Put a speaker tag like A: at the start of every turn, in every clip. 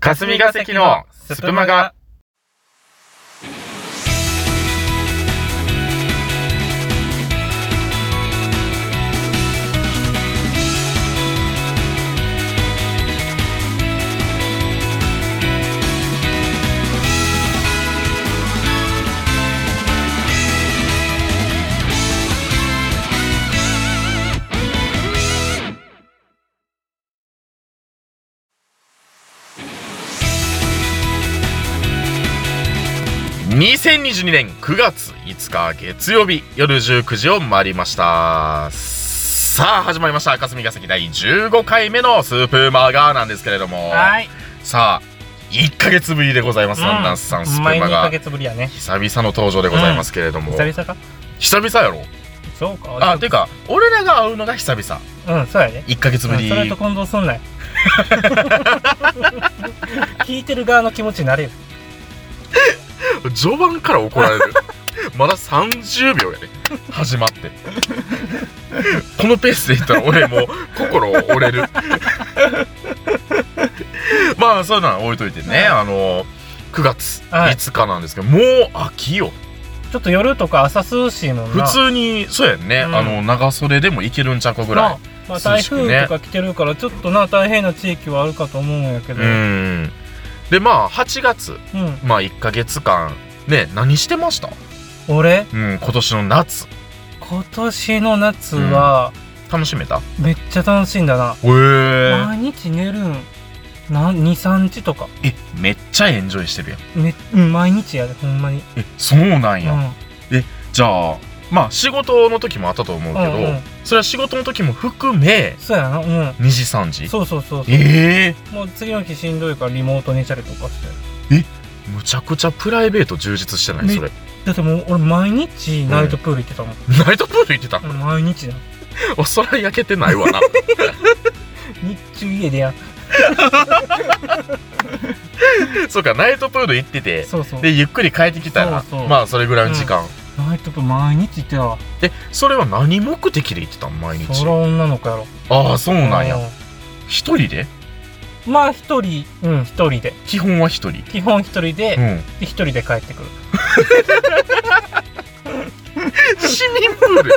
A: 霞が関のスプマガ。2022年9月5日月曜日夜19時を回りましたさあ始まりました霞が関第15回目のスープマガーなんですけれども
B: はい。
A: さあ1ヶ月ぶりでございます、
B: うん
A: アンダンスさんスプ
B: 前に
A: マ
B: 1ヶ
A: ガ
B: 月ぶりやね。
A: 久々の登場でございますけれども、
B: 久々か
A: 久々やろ
B: そうか。
A: あていうか俺らが会うのが久々
B: うん、そうやね。
A: 1ヶ月
B: う
A: ぶり、
B: んそれと混同すんない。 聞いてる側の気持ちになれよ。
A: 序盤から怒られる まだ30秒やね始まってこのペースでいったら俺もう心折れる まあそういうのは置いといてね、あの9月
B: はい
A: 5日なんですけど、もう秋よ
B: ちょっと夜とか朝涼しいもん
A: 普
B: な。
A: 通にそうやんね、
B: うん
A: あの長袖でもいけるんちゃうかぐらい
B: なまあ、
A: 涼
B: 台
A: しくね
B: 風とか来てるから、ちょっとな、大変な地域はあるかと思うんやけど。
A: う
B: うん。
A: んでまあ8月まあ1か月間ね何してました、
B: 俺、
A: うん、今年の夏
B: 今年の夏は、
A: 楽しめた
B: めっちゃ楽しいんだな。
A: へえ
B: 毎日寝るん。な、2、3時とか。
A: えめっちゃエンジョイしてるやん
B: め、うん毎日やで、ほんまに。
A: えそうなんや、
B: うん。
A: じゃあまあ仕事の時もあったと思うけど、
B: うんうん
A: それは仕事の時も含め
B: そうやな、うん。
A: 2時3時
B: そうそうそうそう
A: ええ
B: もう次の日しんどいからリモート寝たりとかして
A: むちゃくちゃプライベート充実してない
B: ね
A: それ
B: だってもう俺毎日ナイトプール行ってたもん、
A: ナイトプール行ってた、
B: うん毎日だ
A: お空焼けてない わな
B: 日中家でや
A: そうかナイトプール行ってて
B: そうそう
A: でゆっくり帰ってきたら
B: そうそう
A: まあそれぐらいの時間、
B: ナイトプール毎日行ってたわ
A: えそれは何目的で行ってたん毎
B: そ
A: 日
B: ら女の子やろ
A: ああそうなんや
B: う
A: 一人で
B: まあ一人うん一人で
A: 基本は一人
B: 基本一人
A: う
B: で
A: ん
B: で一、人で帰ってくる
A: 市民プール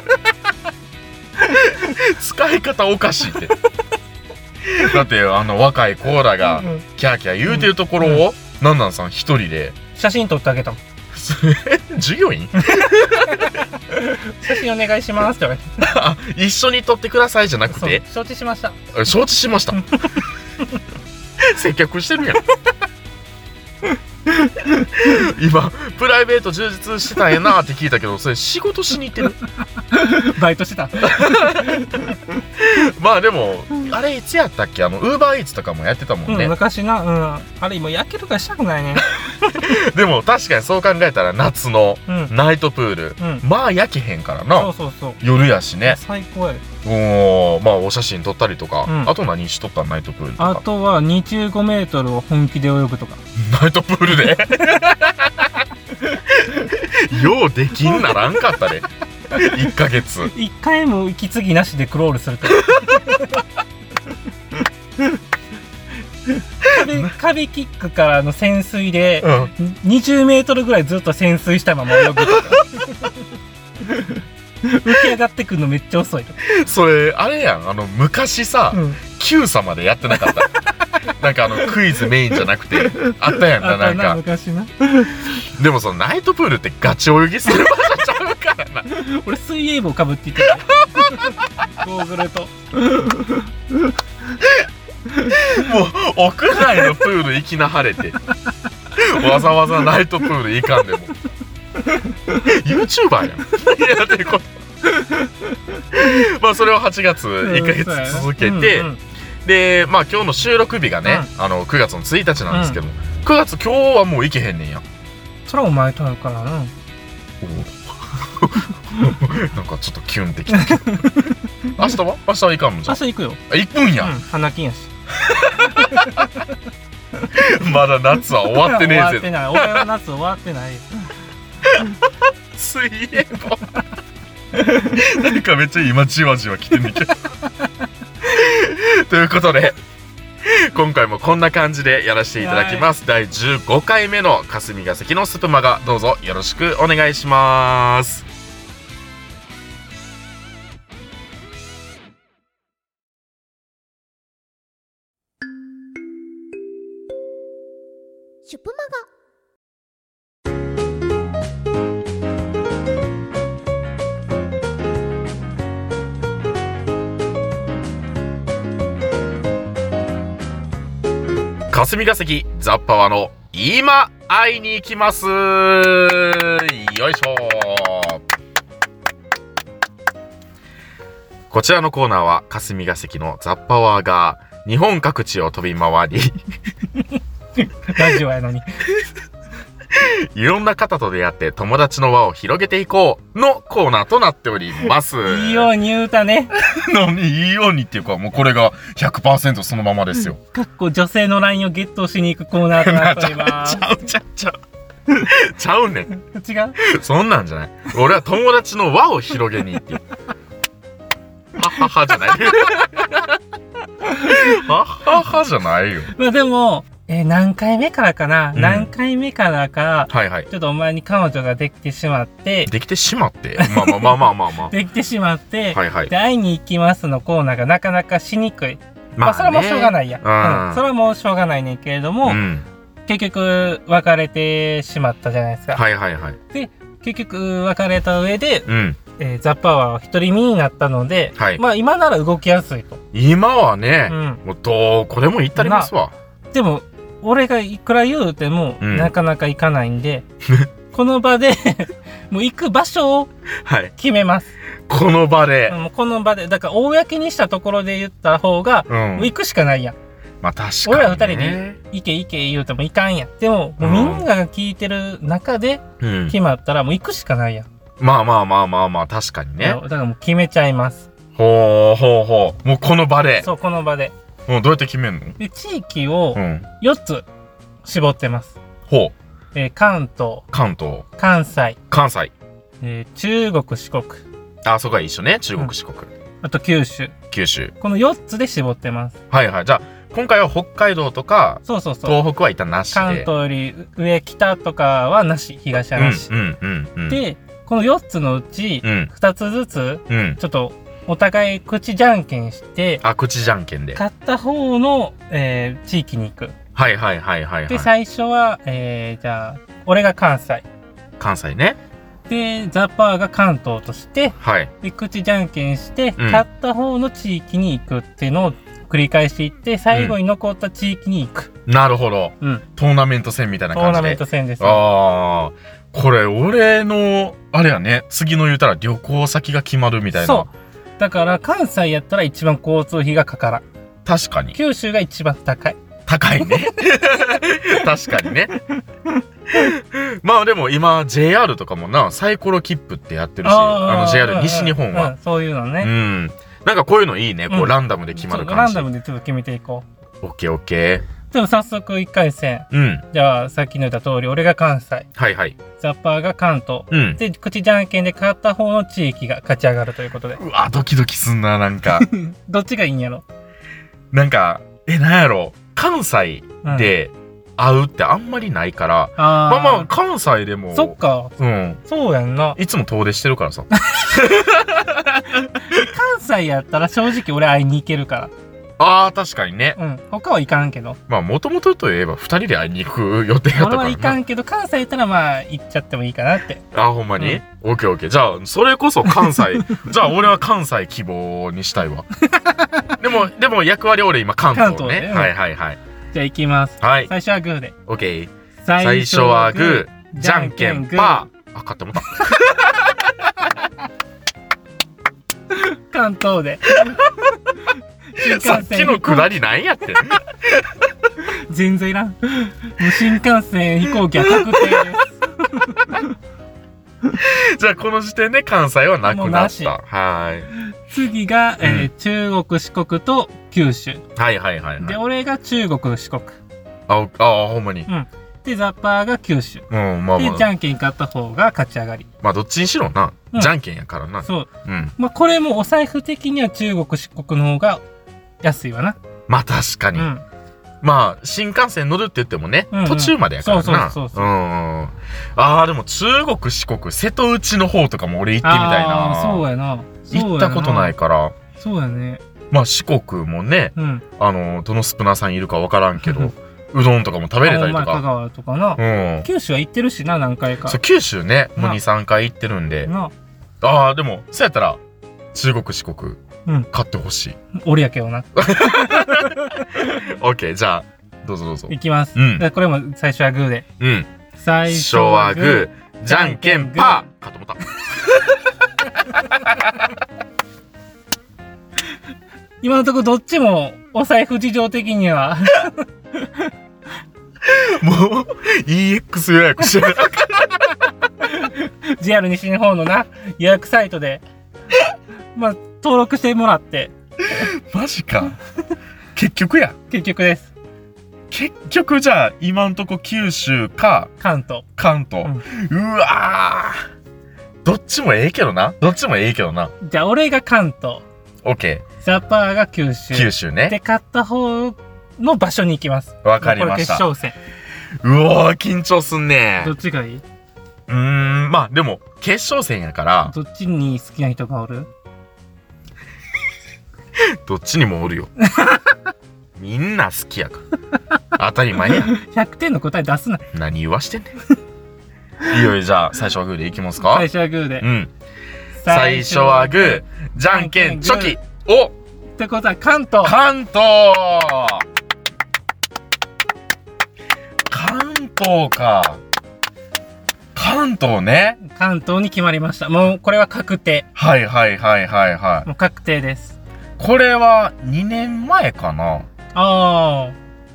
A: 使い方おかしいって だってあの若いコーラが
B: うん
A: キャーキャー言うてるところを、なんなんさん一人で
B: 写真撮ってあげたもん
A: 従業員
B: 写真お願いしますって言われ
A: あ一緒に撮ってくださいじゃな く
B: て
A: て
B: そう承知しました
A: 承知しました接客してるやん今プライベート充実してたんやなって聞いたけどそれ仕事しに行ってる
B: バイトしてた
A: まあでもあれいつやったっけあのウーバーイーツとかもやってたもん
B: う
A: ね、
B: ん、昔なうんあれ今焼けるからしたくないね
A: でも確かにそう考えたら夏の
B: うん
A: ナイトプール、
B: うん
A: まあ焼けへんから
B: そう
A: な
B: そうそう
A: 夜やしね
B: 最高やで
A: おーまあお写真撮ったりとか、
B: うん
A: あと何しとったんナイトプールと
B: あ
A: か
B: とは25メートルを本気で泳ぐとか
A: ナイトプール でようできんならんかったで1ヶ月
B: 一回も息継ぎなしでクロールすると 壁壁キックからの潜水で
A: うん
B: 20メートルぐらいずっと潜水したまま泳ぐとか浮き上がってくるのめっちゃ遅いとか、
A: それあれやんあの昔さ、
B: うん、
A: Q さまでやってなかったなんかあのクイズメインじゃなくてあったやんな
B: あった
A: なん
B: な
A: か
B: 昔な
A: でもそのナイトプールってガチ泳ぎする場所ちゃうからな
B: 俺水泳帽かぶっていってた ゴーグルと
A: もう屋内のプール行きなはれてわざわざナイトプール行かんでも YouTuber やんいやってこまあそれを8月1ヶ月続けて、
B: うんうん
A: でまあ今日の収録日がね、あの9月の1日なんですけど、9月今日はもう行けへんねんや
B: それはお前とあるからな
A: なんかちょっとキュンってきたけど明日は明日は行かんのじゃ
B: 明
A: ん
B: 日行くよ、
A: あ行くん
B: う
A: や
B: ん、、花金やし
A: まだ夏は終わってねえ
B: 終わ
A: ぜ
B: ってない俺の夏終わってないよ
A: 水泳帽なんかめっちゃ今じわじわ来てんねんけどということで今回もこんな感じでやらせていただきます、第15回目の霞が関のスプマガどうぞよろしくお願いします
C: シュプマガ
A: 霞が関ザッパワの今会いに行きますよいしょこちらのコーナーは霞が関のザッパワーが日本各地を飛び回り
B: ラジオやのに。
A: いろんな方と出会って友達の輪を広げていこうのコーナーとなっております。
B: いいように言うたね。
A: なにいいようにっていうかもうこれが100%そのままですよ。
B: かっこ女性のラインをゲットしに行くコーナーとなっておりま す
A: ち。ゃうちゃうちゃう。ちゃうねん。
B: 違う
A: そんなんじゃない。俺は友達の輪を広げにっていう。はははじゃない。 はははじゃないよ。
B: まあでも、えー何回目からかな、
A: うん
B: 何回目からか、
A: はいはい。
B: ちょっとお前に彼女ができてしまって、
A: できてしまって。まあまあまあまあまあま
B: できてしまって、
A: あ。はいはい
B: で。会いに行きますのコーナーがなかなかしにくい。まあ、それはもうしょうがないや。
A: うん
B: うんそれはもうしょうがないねんけれども、
A: うん。
B: 結局別れてしまったじゃないですか。
A: はいはいはい。
B: 結局別れた上で、
A: うん。
B: えーザッパーは一人身になったので、
A: はい
B: まあ今なら動きやすいと。
A: 今はね
B: う、ん、
A: もうどこでも行ったりますわ。
B: でも俺がいくら言うても、
A: うん
B: なかなか行かない んでこの場で もう行く場所を
A: はい。
B: 決めます。
A: この場で。
B: もうこの場でだから公にしたところで言った方が、
A: うん
B: もう行くしかないやん。
A: まあ確かに、ね。
B: 俺ら二人で行け行け言うても行かんやん。でももうみんなが聞いてる中で
A: うん
B: 決まったらもう行くしかないやん。
A: まあまあまあまあまあ、確かにね。
B: だからもう決めちゃいます。
A: ほうほうほう。もうこの場で。
B: そうこの場で。
A: うん、どうやって決めんの
B: で地域を
A: うん。
B: 4つ絞ってます。
A: ほう。
B: えー関東、
A: 関東、
B: 関西、
A: 関西。
B: えー中国、四国、
A: あ、そこは一緒ね。中国、四国、
B: あと九州。
A: 九州。
B: この4つで絞ってます。
A: はいはい。じゃあ、今回は北海道とか、
B: そうそうそう。
A: 東北は一旦なしで。
B: 関東より上、北とかはなし、東はなし。
A: うんうんうんうん。、
B: で、この4つのうち
A: う、ん
B: 2つずつ、
A: うん。
B: ちょっとお互い口じゃんけんして、
A: あ、口じゃんけんで。
B: 買った方の、えー地域に行く。
A: はいはいはいはい、
B: で、
A: はい。
B: 最初は、えーじゃあ、俺が関西。
A: 関西ね。
B: で、ザッパーが関東として、
A: はい。
B: で口じゃんけんして
A: うん
B: 勝った方の地域に行くっていうのを繰り返していって最後に残った地域に行く、
A: なるほど。
B: うん、
A: トーナメント戦みたいな
B: トー
A: 感じ
B: ナ
A: で。
B: メント戦ですよ
A: ああ、これ俺の、あれやね、次の言うたら旅行先が決まるみたいな。
B: そうだから関西やったら一番交通費がかからん
A: 確かに。
B: 九州が一番高い
A: 高いね。 確かにね。まあでも今 JR とかもな、サイコロ切符ってやってるし、あ
B: ー
A: の
B: うん
A: JR
B: うん
A: 西日本
B: う
A: は。
B: んそういうの
A: うん。
B: ね、
A: なんかこういうのいいね。こ
B: う
A: うんランダムで決まる
B: ちょっとラ
A: 感
B: ン
A: じ。
B: ダムでちょっと決めていこ
A: オッケーオッケ
B: うでも早速1回戦
A: ー。うん。
B: じゃあさっきの言った通り俺が関西
A: はいはい。
B: ザッパーが関東
A: うん。
B: で口じゃんけんで勝った方の地域が勝ち上がるということで
A: うわ、ドキドキすんな、なん か。
B: どっちがいいんやろ、
A: なんか、え、なんやろ。関西
B: うん、
A: で会うってあんまりないから、
B: あー
A: まあまあ関西でも。
B: そっか
A: うん。
B: そうやんない
A: つも遠出してるから さ。
B: 関西やったら正直俺会いに行けるか
A: ああ、確かにね。
B: らうん他は行かんけど
A: まあ、もともとといえば2人で会いに行く予定だった
B: 俺
A: か
B: は
A: ら
B: 行か
A: な。
B: んけど関西やったらまあ行っちゃってもいいかなって
A: あー、ほんまに、
B: うん
A: オッケーオッケー。じゃあ、それこそ関 西。じゃあ、俺は関西希望にしたいわ。でも、でも役割俺今関東ね。
B: 関東ねうん
A: はいはいはい。
B: じゃあ行きます
A: はい、
B: 最初はグーで
A: オッケー。最初はグー、じゃんけんパー。あ、勝ってもらっ
B: ー関東で新
A: た。さっ
B: 幹
A: き
B: 線
A: のくだりなんやってん。
B: 全然いらんもう新幹線飛行機は確定で
A: じゃあ、この時点で関西はな
B: も
A: く
B: う
A: な
B: な
A: っ。
B: した
A: はい。
B: す次が、えー
A: うん
B: 中国四国と九州
A: はいはいはいは
B: で
A: い。
B: 俺が中国四国
A: あ、おあー、ほんまに。
B: でザッパーが九州
A: うん、まあま
B: で
A: あ
B: じ。ゃんけん勝った方が勝ち上がり
A: まあどっちにしろな、
B: うん
A: じゃんけんやからな。
B: そう
A: うん。
B: まあ、これもお財布的には中国、四国の方が安いわな。
A: まあ確か
B: う
A: に。
B: ん。
A: まあ、新幹線乗るって言ってもね、
B: うんうん
A: 途中までやからな。
B: そうそうそうそうん
A: うん。ああ、でも中国、四国、瀬戸内の方とかも俺行ってみたい
B: あ
A: な。
B: ーそうやな。。
A: 行ったことないいから。
B: そうやね。
A: まあ、四国もね、
B: うん。
A: あの、どのスプナーさんいるかわからんけど、うどんとかも食べれたりと
B: 青森香
A: か。
B: 川とかな
A: う。ん。
B: 九州は行ってるしな、何回か
A: そう、。九州ね、もう
B: な
A: 2、3回行ってるんで。
B: な、
A: ああ、でも、そうやったら、中国、四国
B: うん、
A: 買ってほしい。
B: 俺やけどな。
A: オッケー、じゃあ、どうぞどうぞ。
B: 行きます。
A: うん
B: でこれも最初はグーで。
A: うん。
B: 最初
A: 昭和
B: はグ
A: グ
B: ー。
A: ー、じゃんけんパーかと思った。
B: 今のところどっちもお財布事情的には
A: もう、EX 予約してる。
B: JR 西日本のな、予約サイトで、 まあ、登録してもらって、
A: マジか。結局や。
B: 結局です。
A: 結局じゃあ、今んとこ九州か
B: 関東。
A: 関東。うわー。どっちもええけどな。どっちもええけどな。
B: じゃあ、俺が関東。
A: オッケ
B: ザパーが九州。
A: ー。九州ね。
B: で、勝った方の場所に行きます。
A: わかりまし
B: こ
A: た。
B: れ決勝
A: うおー、緊張すんね
B: 戦。ど。っちがいいう
A: ーん、まあでも、決勝戦やから、
B: どっちに好きな人がおる
A: どっちにもおる よ。みんな好きやから。当たり前や。
B: ?100 点の答え出すな。
A: 何言わしてんねん。いよいよじゃあ、最初はグーでいきますか
B: 最。初はグーで
A: う。ん。最初はグー、じゃんけん、チョキ。お
B: ー。ってことは関東。
A: 関東関東か。関東ね。
B: 関東に決まりました。もうこれは確定。
A: はいはいはいはいは
B: もう確定です。
A: い。これは2年前かな。
B: ああ。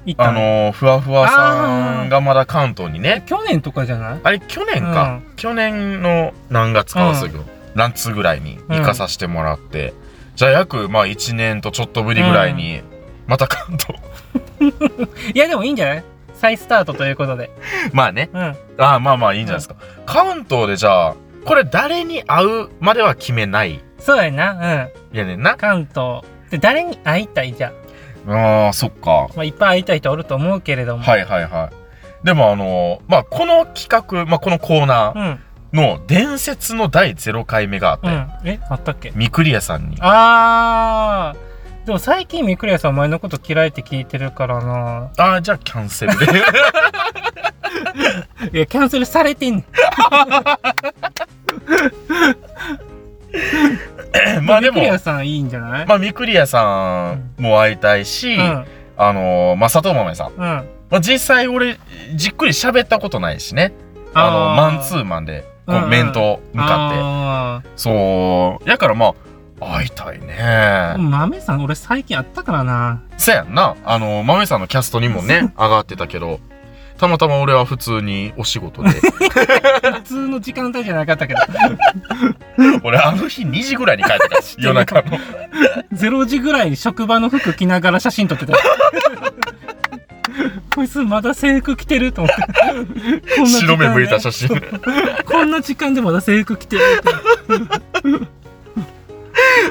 B: 行った
A: あ
B: ね
A: の、ふわふわさんがまだ関東にね。
B: 去年とかじゃない
A: あれ、去年か。去年の何月か忘れたけど、夏ぐらいに行かさせてもらって、じゃあ約、まあ1年とちょっとぶりぐらいに、また関東。
B: いやでもいいんじゃない再スタートということで。
A: まあね。
B: うん。
A: ああまあまあいいんじゃないですか、関東でじゃあこれ誰に会うまでは決めない
B: そうやな。うん。
A: やねんな
B: 関東。で、誰に会いたいじゃん。
A: ああそっか
B: まあ、いっぱい会いたい人おると思うけれども。
A: はいはいはいでもあのまあこの企画、まあ、このコーナー
B: うん。
A: の伝説の第0回目があって、
B: うん。え、あったっけ
A: ミクリアさんに
B: あー。でも最近ミクリアさんお前のこと嫌いって聞いてるからな。
A: ああじゃあキャンセルで
B: いや、キャンセルされてんねん。
A: まあでも
B: ミクリアさんいいんじゃない、
A: まあミクリアさんも会いたいし、あのまあ佐藤豆さん、
B: うん。うん。
A: まあ、実際俺じっくり喋ったことないしねあの
B: あー
A: マンツーマンでこ
B: うんう
A: うん面と向かって、
B: あ
A: そう。やからまあ、会いたい
B: ー
A: ね。
B: 豆さん、俺最近あったからな。
A: せやんな。あの、豆さんのキャストにもね、上がってたけど、たまたま俺は普通にお仕事で。
B: 普通の時間帯じゃなかったけど。
A: 俺あの日2時ぐらいに帰ってたし、夜中の。
B: 0時ぐらいに職場の服着ながら写真撮ってた。 こいつまだ制服着てると思って。こんな時間
A: 白目向いた
B: で
A: 写真。
B: こんな時間でまだ制服着てるって。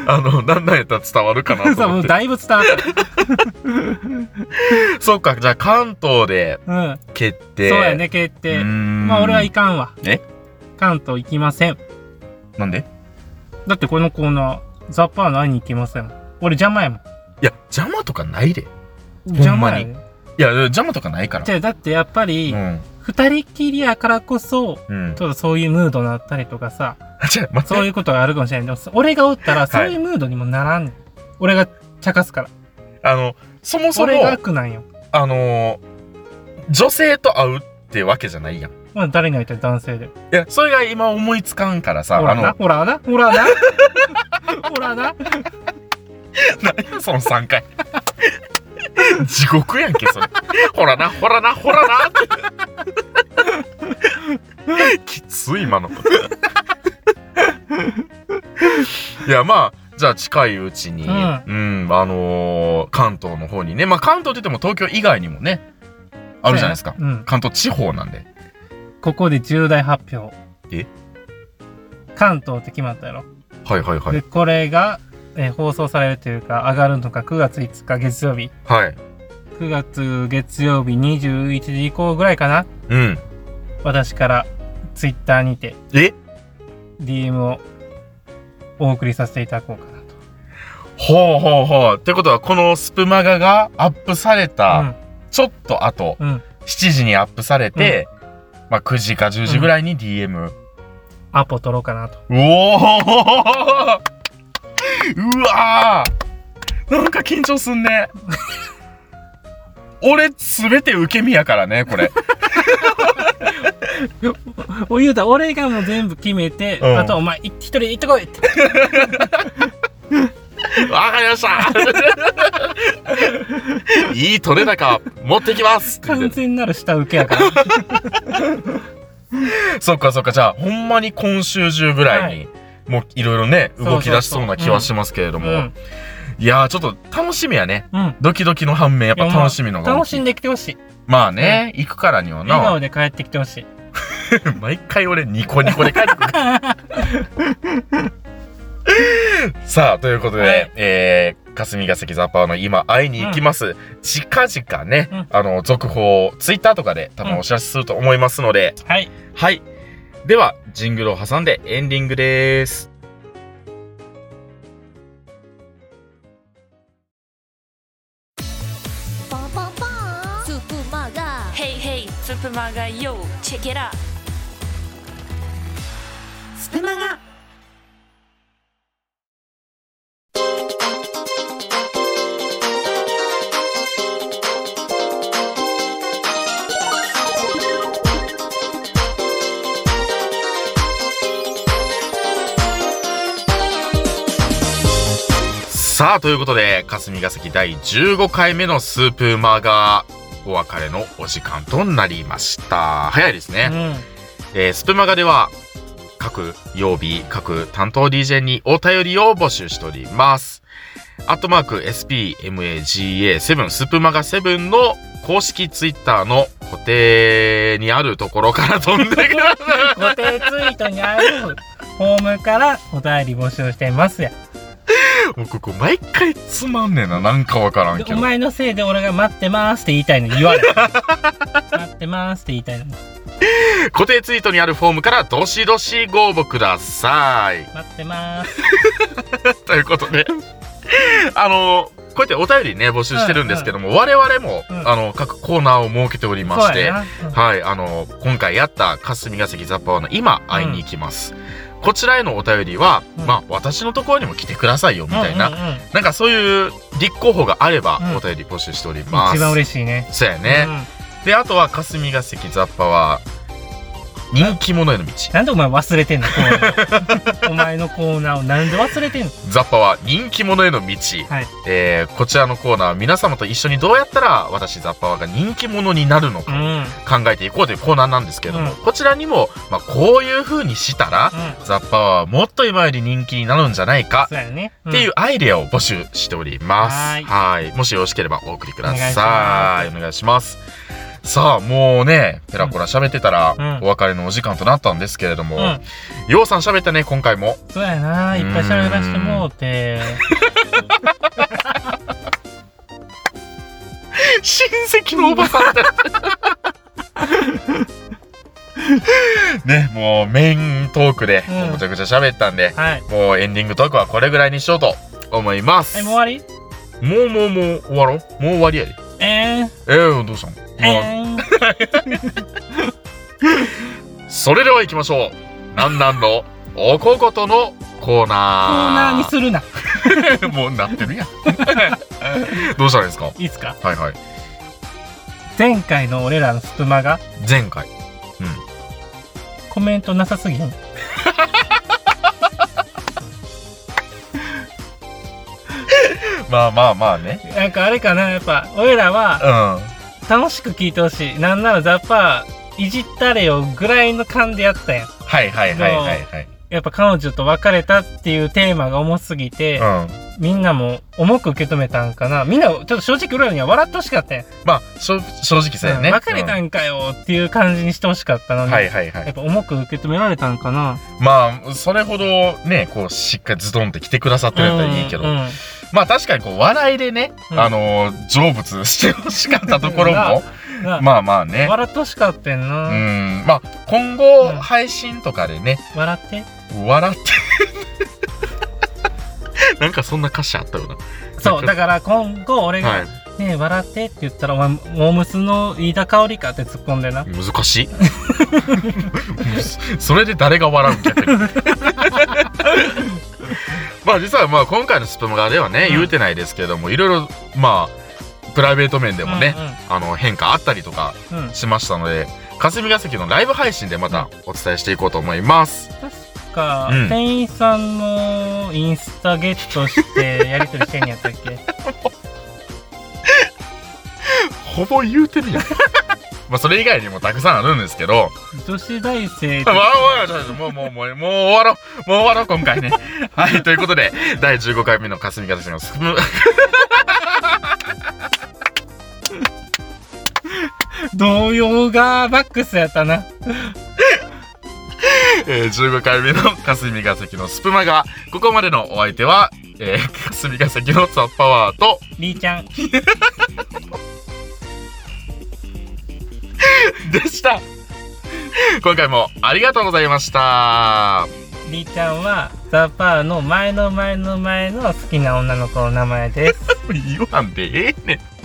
A: あの、なんなんやったら伝わるかなと
B: さも
A: 思っ
B: う
A: て。
B: だいぶ伝わった。
A: そうか、じゃあ関東で
B: うん。
A: 決定。
B: そうやね、決
A: うー
B: 定。
A: ん。
B: まあ俺はいかんわ。
A: え
B: 関東行きません。
A: なんで
B: だってこのコーナー、ザッパーの会いに行きません。俺邪魔やもん。
A: いや、邪魔とかないで。
B: 邪魔や
A: ほん
B: で。
A: いや、邪魔とかないから。
B: じゃあだってやっぱり、
A: うん。
B: 二人きりやからこそ、
A: うん
B: ち。ょっとそういうムードになったりとかさ、
A: じゃあ、待っ
B: そう
A: て。
B: いうことがあるかもしれない。でも、俺がおったら、そういうムードにもならんねん。俺が茶化すから。
A: あの、そもそ
B: それ
A: も
B: が、悪なんよ。
A: あのー女性と会うってわけじゃないやん。い
B: まあ、誰に会いたい男性で。
A: や、それが今思いつかんからさ、
B: ほ
A: あ
B: ら
A: の
B: な、、ほらな、ほらな。 ほら
A: 何
B: な。
A: やその3回。 地獄やんけ、それ。ほらな、ほらな、ほらな って。きつい、今の。いや、まあ、じゃあ近いうちに、う、
B: うん
A: あのー関東の方にね、まあ関東って言っても東京以外にもね、あるじゃないですか。
B: うん。
A: 関東地方なんで。
B: ここで重大発表。
A: え
B: 関東って決まったやろ。
A: はいはいは
B: で、
A: い。
B: これが、えー放送されるというか、上がるのが9月5日月曜日。
A: はい。
B: 9月月曜日21時以降ぐらいかな
A: うん。
B: 私からツイッターにて
A: え
B: DM をお送りさせていただこうかなと。
A: ほうほうほう。ってことは、このスプマガがアップされた、ちょっと後、
B: うん、うん。
A: 7時にアップされて、まあ9時か10時ぐらいに DM。
B: アポ取ろうかなと。
A: うおーうわーなんか緊張すんね。 俺、すべて受け身やからね、これ。
B: お言うた、俺がもう全部決めて、
A: うん
B: あとお前い一人で行ってこいって。
A: わかりましたいい取れ高持ってきます
B: 完全なる下請けやから。
A: そっかそっかじゃあほんまに今週中ぐらいに、もういろいろね
B: そうそうそう
A: 動き出しそうな気はしますけれど も
B: うん。
A: いやーちょっと楽しみやね
B: うん。
A: ドキドキの反面やっぱ楽しみのが大
B: 楽
A: きい
B: しんできてほしい。
A: まあね、行くからには
B: 笑顔
A: な
B: で帰ってきてほしい。
A: 毎回俺ニコニコで帰ってくるさあということで、
B: はい
A: えー霞ヶ関ザッパーの今会いに行きます、近々ね、
B: うん
A: あの続報をツイッターとかで多分お知らせすると思いますので、
B: はい。
A: はい。では、ジングルを挟んでエンディングです。
C: パパパースープマガ
D: Hey hey, Tsukumaga yo, check it out.
C: スプマガ
A: さあ、ということで、霞ヶ関第15回目のスープマガお別れのお時間となりました。早いです
B: う
A: ね。
B: ん。
A: えースプマガでは、各曜日、各担当 DJ にお便りを募集しております。アットマーク SPMAGA7 スープマガ7の公式ツイッターの固定にあるところから飛んでく ださい。
B: 固定ツイートにある フォームからお便り募集してますや。
A: もうここ毎回つまんねえななんかわからん
B: で
A: け
B: お
A: ど
B: 前のせいで俺が待ってますって言いたいのに言わ れる。待ってますって言いたいのに。
A: 固定ツイートにあるフォームからどしどしご応募くださ い
B: 待ってます。
A: ということで あのこうやってお便りね募集してるんですけども、我々も、
B: うん
A: あの各コーナーを設けておりまし
B: そう
A: て
B: やな。
A: はいあの今回やった霞ヶ関ザッパーの今会いに行きます、こちらへのお便りは、
B: うん
A: まあ私のところにも来てくださいよみたいな、
B: うんうんうん
A: なんかそういう立候補があれば、
B: うん
A: お便り募集しております
B: 一番嬉しいね。
A: そうやね、
B: うん
A: であとは霞が関雑把は人気者への道
B: なんでお前忘れてんのコーナーお前の コーナーをなんで忘 れてんの
A: 雑把は人気者への道、
B: はい
A: えーこちらのコーナーは皆様と一緒にどうやったら私雑把が人気者になるの
B: う
A: か
B: ん。うん。
A: 考えていこうというコーナーなんですけれども、
B: うん
A: こちらにも、まあ、こういう風にしたら雑把はもっと今より人気になるんじゃないか
B: そうやね。ん
A: っていうアイデアを募集しております。
B: は
A: は
B: ー
A: い
B: い
A: もしよろしければお送りください。お願いします。さあ、もうね、ペラコラ喋ってたら、
B: うん
A: お別れのお時間となったんですけれども、
B: うん。
A: ようさん喋ったね、今回も。
B: そうやな。いっぱい喋らしてもうて。
A: 親戚のおばさんだ。ね、もうメイントークで、
B: うん
A: めちゃくちゃ喋ったんで、
B: はい。
A: もうエンディングトークはこれぐらいにしようと思います。
B: え、もう
A: も
B: 終わり
A: うもうもう終わろう。もう終わりやで。
B: えー、
A: えー、どうしたの、
B: え
A: まあ
B: ー。
A: それでは行きましょう。なんなんのおこことのコー
B: コーナーに
A: ナー。
B: するな。
A: もうなってるやん。 どうしたらいいですか。
B: いいっすか
A: はいはい。
B: 前回の俺らのスプマが
A: 前回。
B: コメントなさすぎん。
A: まあまあまあね。
B: なんかあれかな、やっぱ、俺らは
A: う
B: 楽しく聞いてほしい。なんならザッパー、いじったれよぐらいの感でやったや
A: ん。
B: ん。
A: はいはいはいはいはい。
B: やっぱ彼女と別れたっていうテーマが重すぎて、
A: うん。
B: みんなも重く受け止めたんかな。みんな、ちょっと正直俺らには笑ってほしかったやん。
A: まあ、しょ正直さよね。
B: うん別れたんかよっていう感じにしてほしかったの
A: うん
B: に、
A: はいはいは
B: やっ
A: い。
B: ぱ重く受け止められたんかな。
A: まあ、それほどね、こう、しっかりズドンって来てくださってるやったらいいけど、
B: うんうん
A: まあ確かにこう笑いでね、
B: うん
A: あのー成仏してほしかったところ
B: な
A: もまあまあね
B: 笑ってほしかったよ
A: う
B: な、
A: んまあ今後
B: うん
A: 配信とかでね
B: 笑って
A: 笑って なんかそんな歌詞あったよな
B: そ
A: な
B: う
A: ん
B: だから今後俺が、
A: はい
B: ねえ笑ってって言ったらお前モームスの飯田香織かって突っ込んでな
A: 難しい それで誰が笑う逆に まあ実はまあ今回のスプマガではね、
B: うん
A: 言うてないですけどもいろいろまあプライベート面で
B: で
A: もね、あの変化あったりとか
B: うん、うんうん
A: しましたので霞が関のライブ配信でまたお伝えしていこうと思います、
B: 確か、
A: うん
B: 店員さんのインスタゲットしてやり取りしてんやったっけ
A: ほぼ言うてるやん まあそれ以外にもたくさんあるんですけど
B: 女子大生
A: まあもうもうもうもうもう終わろうもう終わろう今回ねはいということで第15回目の霞が関のスプ
B: 動揺がバックスやったな
A: えー、15回目の霞ヶ関のスプマがここまでのお相手は、えー、霞ヶ関のザ・パワーと
B: りーちゃん
A: でした今回もありがとうございま した
B: りーちゃんはザ・パーの前の前の前の好きな女の子の名前です
A: 言わんでええねん